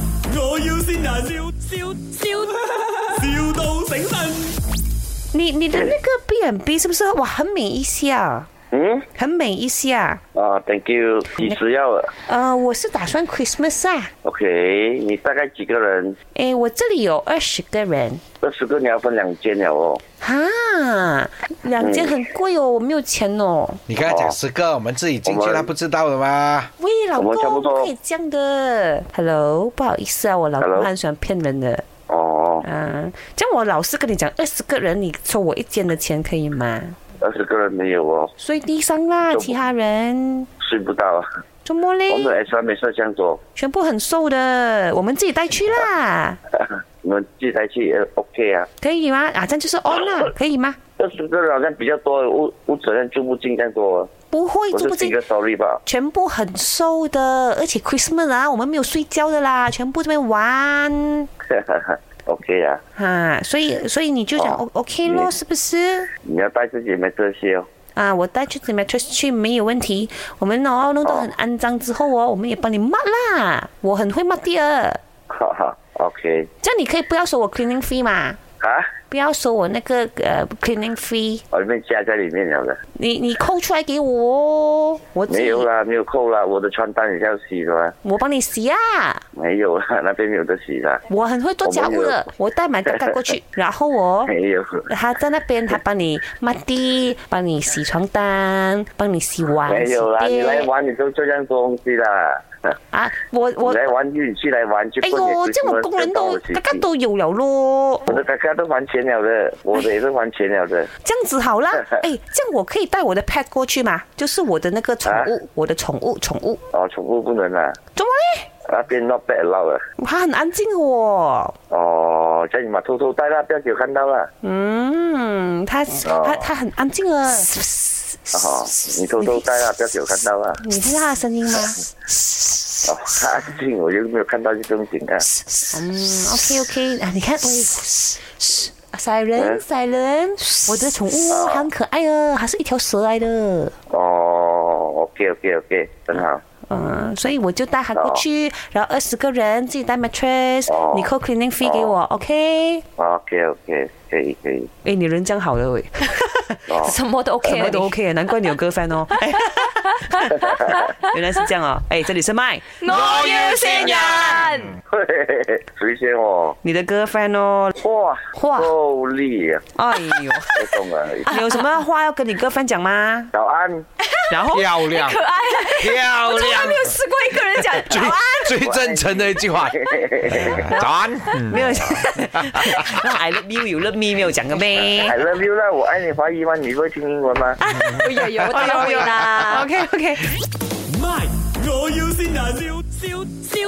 要先人，笑笑笑，,笑到醒神。你你的那个 B&B 是不是哇很美一下，嗯，很美一下？啊，thank you，几时要啊呃，我是打算 Christmas 啊， ？OK，你大概几个人？诶，我这里有二十个人。二十个你要分两间了哦。啊，两间很贵哦，我没有钱哦。你刚才讲十个，我们自己进我去，们他不知道的吗？喂，老我公，们差不多可以这样的。Hello，不好意思啊，我老 Hello 公很喜欢骗人的。哦，啊，这样我老是跟你讲，二十个人你收我一间的钱可以吗？二十个人没有哦，所以地上啦，不其他人睡不到啊。周末我们嘞，的 S 三没摄像头，全部很瘦的，我们自己带去啦，你们自己来去也 OK 啊。可以吗？啊，这样就是 on 啦，可以吗？二十个人好像比较多，屋屋主任住不进这样多哦。不会，我住是不几进个。sorry 吧？ 全部很瘦的，而且 Christmas 啊，我们没有睡觉的啦，全部这边玩 OK 啊，啊，所以所以你就讲 O、哦 OK 咯，你是不是？你要带自己没这些哦。 啊，我带去 t m a t r e s 去没有问题。我们哦弄得很肮脏之后哦，我们也帮你抹啦。我很会抹的，哈哈，OK 这样你可以不要收我 cleaning fee 嘛，啊，不要收我那个呃 cleaning fee，我里面加在里面了的，你你扣出来给我哦，我自没己有啦，没有扣啦，我的床单也要洗的啦，我帮你洗啊。没有啦，那边没有得洗啦，我很会做家务的，我带满盖盖过 去，然后我。没有。他在那边，他帮你抹地，帮你洗床单，帮你洗碗、没洗有啦，你来碟玩你都这样多东西啦。啊！我我 你来玩运气来玩去哎碰也呦，是这样我工人碰都到的事嘎嘎情都有了咯。我的大家都还钱 了的，我的也是还钱了的。这样子好 啦，哎，这样我可以带我的 pet 过去嘛？就是我的那个宠啊物，我的宠物，宠物，哦，宠物不能啦，怎么嘞？那边 not bad 捞了。它很安静哦。哦，叫你嘛偷偷带啦，不要给我看到啊啦。嗯，它它它很安静啊。哦，你偷偷带啊啦，不要给我看到啦。你听到它的声音吗？哦，安静，我又没有看到这种景啊。嗯，OK OK 啊，你看，嗯喂，赛人赛人，我的宠物它很可爱啊，它是一条蛇来的。哦，OK OK OK，很好。嗯，所以我就带它过去，然后二十个人自己带 mattress，哦你扣 cleaning fee 给我，OK？ OK OK，可以可以。 哎，你人这样好了喂，哦，什么都 OK，什啊么都 OK，难怪你有 girlfriend 哦。哎原来是这样哦，哎，这里是麦，你我要先人，谁先哦？你的 girlfriend 哦，哇哇够力啊！哎呦，我懂了。你有什么话要跟你 girlfriend 讲 吗？啊早安，然后漂 亮，可爱，漂从来亮没，有试过一个 人讲最早安。最真诚的一句 话，早安。嗯 没有，那 I love you, you love me 没有讲个咩 I love you 啦，我爱你。怀疑吗？你会听英文吗？哎呦呦，我当然会啦。 ？OK OK。 My，我要先人，笑笑笑，